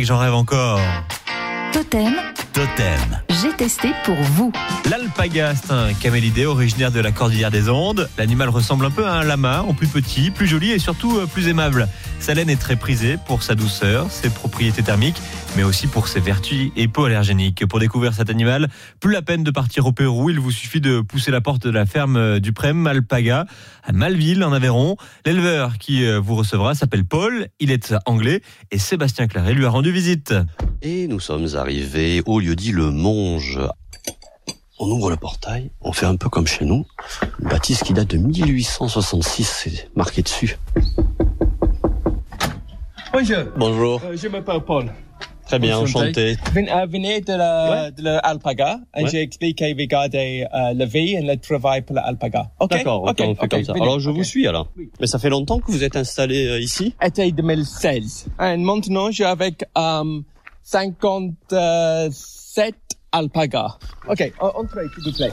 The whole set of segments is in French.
que j'en rêve encore. Totem, Totem. j'ai testé pour vous. L'alpaga, c'est un camélidé originaire de la cordillère des Andes. L'animal ressemble un peu à un lama, en plus petit, plus joli et surtout euh, plus aimable. Sa laine est très prisée pour sa douceur, ses propriétés thermiques, mais aussi pour ses vertus hypoallergéniques. Pour découvrir cet animal, plus la peine de partir au Pérou, il vous suffit de pousser la porte de la ferme euh, du Prem Alpaga à Malville, en Aveyron. L'éleveur qui euh, vous recevra s'appelle Paul, il est anglais et Sébastien Claret lui a rendu visite. Et nous sommes arrivés au lieu dit le Monge. On ouvre le portail, on fait un peu comme chez nous. Une bâtisse qui date de 1866, c'est marqué dessus. Bonjour, Bonjour. euh, je m'appelle Paul. Très bien, Enchanté. enchanté. Vin- euh, Venez de la, de la alpaga et Ouais. j'ai expliqué regarder euh, la vie et le travail pour l'alpaga. Ok, D'accord, ok, ok, on fait ok, comme ça. venez, Alors je ok. vous suis alors. Oui. Mais ça fait longtemps que vous êtes installé euh, ici Été 2016. Et maintenant, j'ai avec euh, 57 alpagas. Ok, en- entrez, s'il vous plaît.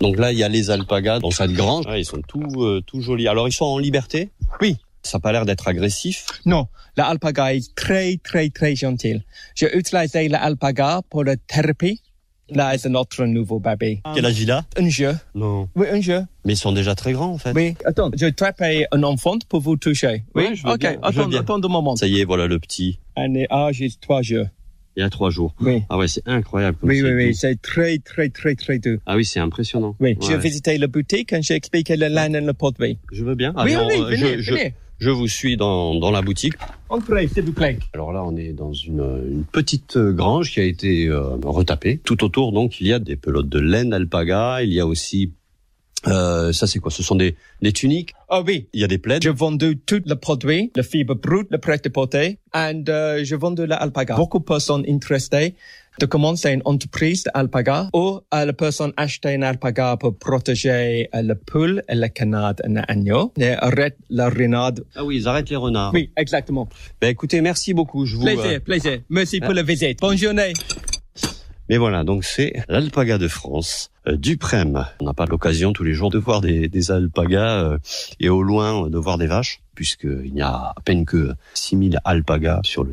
Donc là, il y a les alpagas dans cette grange. Ouais, ils sont tout, euh, tout jolis. Alors ils sont en liberté Oui. Ça n'a pas l'air d'être agressif. Non, l'alpaga est très, très, très gentil. J'ai utilisé l'alpaga pour la thérapie. Là, c'est notre nouveau bébé. Quel âge il a Un jeu. Ah. Non. Oui, un jeu. Mais ils sont déjà très grands en fait. Oui, attends, je trapais un enfant pour vous toucher. Oui, Ouais, je veux ok, bien, je veux attends, bien. attends deux moments. Ça y est, voilà le petit. Année âge et ah, trois jeux. Il y a trois jours. Oui. Ah ouais, c'est incroyable. comme Oui, c'est oui, oui, doux. c'est très, très, très, très doux. Ah oui, c'est impressionnant. Oui, j'ai Ouais. visité la boutique et j'ai expliqué le line et le produit. Je veux bien. oui, Allez, oui, on- oui, venez, Ah, je, je- venez. je vous suis dans, dans la boutique. Entrez, s'il vous plaît. Alors là, on est dans une, une petite euh, grange qui a été euh, retapée. Tout autour, donc, il y a des pelotes de laine alpaga. Il y a aussi, euh, ça c'est quoi Ce sont des, des tuniques. Oh oui, Il y a des plaids. j'ai vendu tout le produit, la fibre brute, le prêt-à-porter, et euh, j'ai vendu l'alpaga. Beaucoup de personnes intéressées de commencer une entreprise d'alpaga ou euh, la personne acheter une alpaga pour protéger euh, le poule, et le canard et l'agneau et arrête la renarde. Ah oui, ils arrêtent les renards. Oui, exactement. Ben écoutez, merci beaucoup. Je vous. euh, Plaisir, plaisir. Merci pour la visite. Bonne journée. Mais voilà, donc c'est l'alpaga de France, euh, du Prem. On n'a pas l'occasion tous les jours de voir des, des alpagas euh, et au loin euh, de voir des vaches, puisqu'il y a à peine que 6000 alpagas sur le